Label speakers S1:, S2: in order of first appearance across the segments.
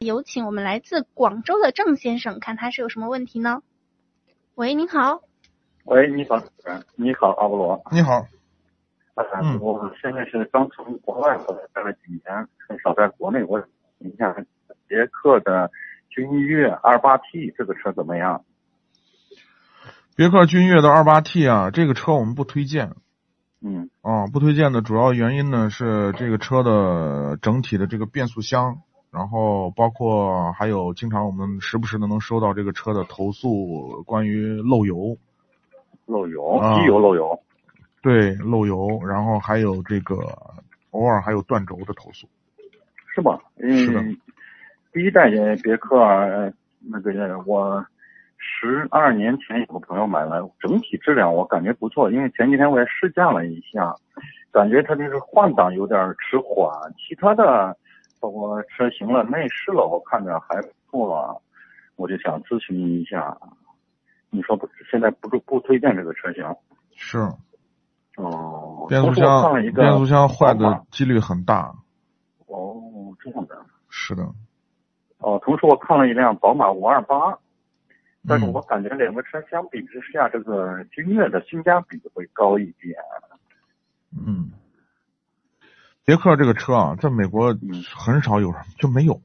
S1: 有请我们来自广州的郑先生，看他是有什么问题呢？喂，您好，
S2: 喂，你好，主持人，你好，阿波罗。
S3: 你好，
S2: 呃、
S3: 嗯
S2: 我现在是刚从国外回来，待了几年，很少在国内。我想问一下别克的君越二八 T 这个车怎么样？
S3: 别克君越的二八 T 啊，这个车我们不推荐
S2: 嗯
S3: 啊，不推荐的主要原因呢是这个车的整体的这个变速箱，然后包括还有经常我们时不时的能收到这个车的投诉，关于漏油，
S2: 漏油，
S3: 啊
S2: 机油漏油。
S3: 对漏油，然后还有这个偶尔还有断轴的投诉。
S2: 是吧？嗯，
S3: 是的
S2: 第一代的别克，呃那个我十二年前有个朋友买了，整体质量我感觉不错，因为前几天我也试驾了一下，感觉它这个换挡有点迟缓，其他的包括车型了、内饰了，我看着还不错，我就想咨询一下。你说不，现在不不推荐这个车型
S3: 是
S2: 哦。
S3: 变速
S2: 同时我看了
S3: 箱
S2: 一个
S3: 变速箱坏
S2: 宝马
S3: 的几率很大。
S2: 哦，这样的。
S3: 是的，
S2: 哦，同时我看了一辆宝马五二八，但是
S3: 嗯
S2: 我感觉两个车相比之下，这个君越的性价比会高一点。
S3: 嗯，别克这个车啊，在美国
S2: 嗯
S3: 很少有人就没有。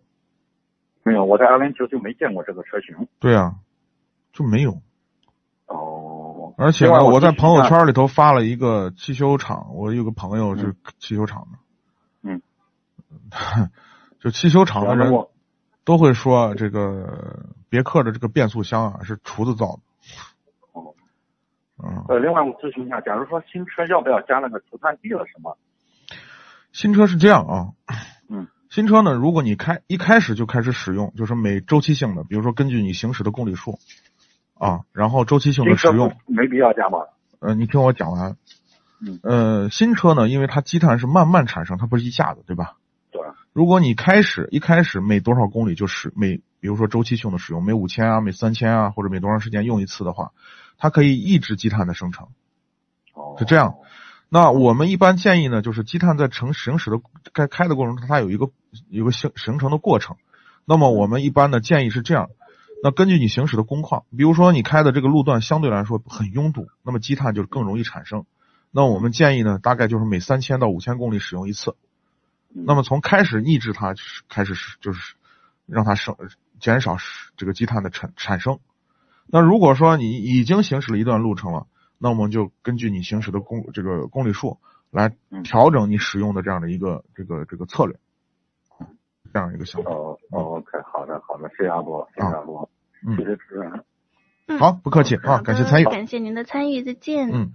S2: 没有，我在阿联酋就没见过这个车型。
S3: 对啊，就没有。
S2: 哦，
S3: 而且
S2: 另外
S3: 呢，我在
S2: 继续
S3: 朋友
S2: 看，
S3: 圈里头发了一个汽修厂，我有个朋友是汽修厂的，
S2: 嗯，
S3: 就汽修厂的
S2: 然
S3: 人
S2: 后我
S3: 都会说，这个别克的这个变速箱啊是厨子造的。
S2: 哦
S3: 嗯，
S2: 呃，另外我咨询一下，假如说新车要不要加那个除碳剂了什么？
S3: 新车是这样啊，
S2: 嗯，
S3: 新车呢，如果你开一开始就开始使用，就是每周期性的，比如说根据你行驶的公里数啊，然后周期性
S2: 新
S3: 的使
S2: 车
S3: 用
S2: 不，没必要加吧？
S3: 呃，你听我讲完。
S2: 嗯
S3: 呃，新车呢，因为它积碳是慢慢产生，它不是一下子，对吧？
S2: 对。
S3: 如果你开始一开始每多少公里就使每，比如说周期性的使用，每五千啊、每三千啊，或者每多长时间用一次的话，它可以抑制积碳的生成。
S2: 哦，
S3: 是这样。那我们一般建议呢，就是积碳在成行驶的开开的过程中，它有一个有个形形成的过程。那么我们一般的建议是这样，那根据你行驶的工况，比如说你开的这个路段相对来说很拥堵，那么积碳就更容易产生。那我们建议呢，大概就是每三千到五千公里使用一次。
S2: 嗯
S3: 那么从开始抑制它就是开始是就是让它生减少这个积碳的产产生。那如果说你已经行驶了一段路程了，那我们就根据你行驶的公这个公里数来
S2: 嗯
S3: 调整你使用的这样的一个这个这个策略，这样一个想法。
S2: 哦哦，OK，好的好的，谢谢阿波，谢谢阿波，
S3: 嗯
S2: 谢谢主持人。
S1: 嗯
S3: 好，不客气
S1: 好
S3: 啊，
S1: 的
S3: 感谢参与。
S1: 感谢您的参与，再见。
S3: 嗯。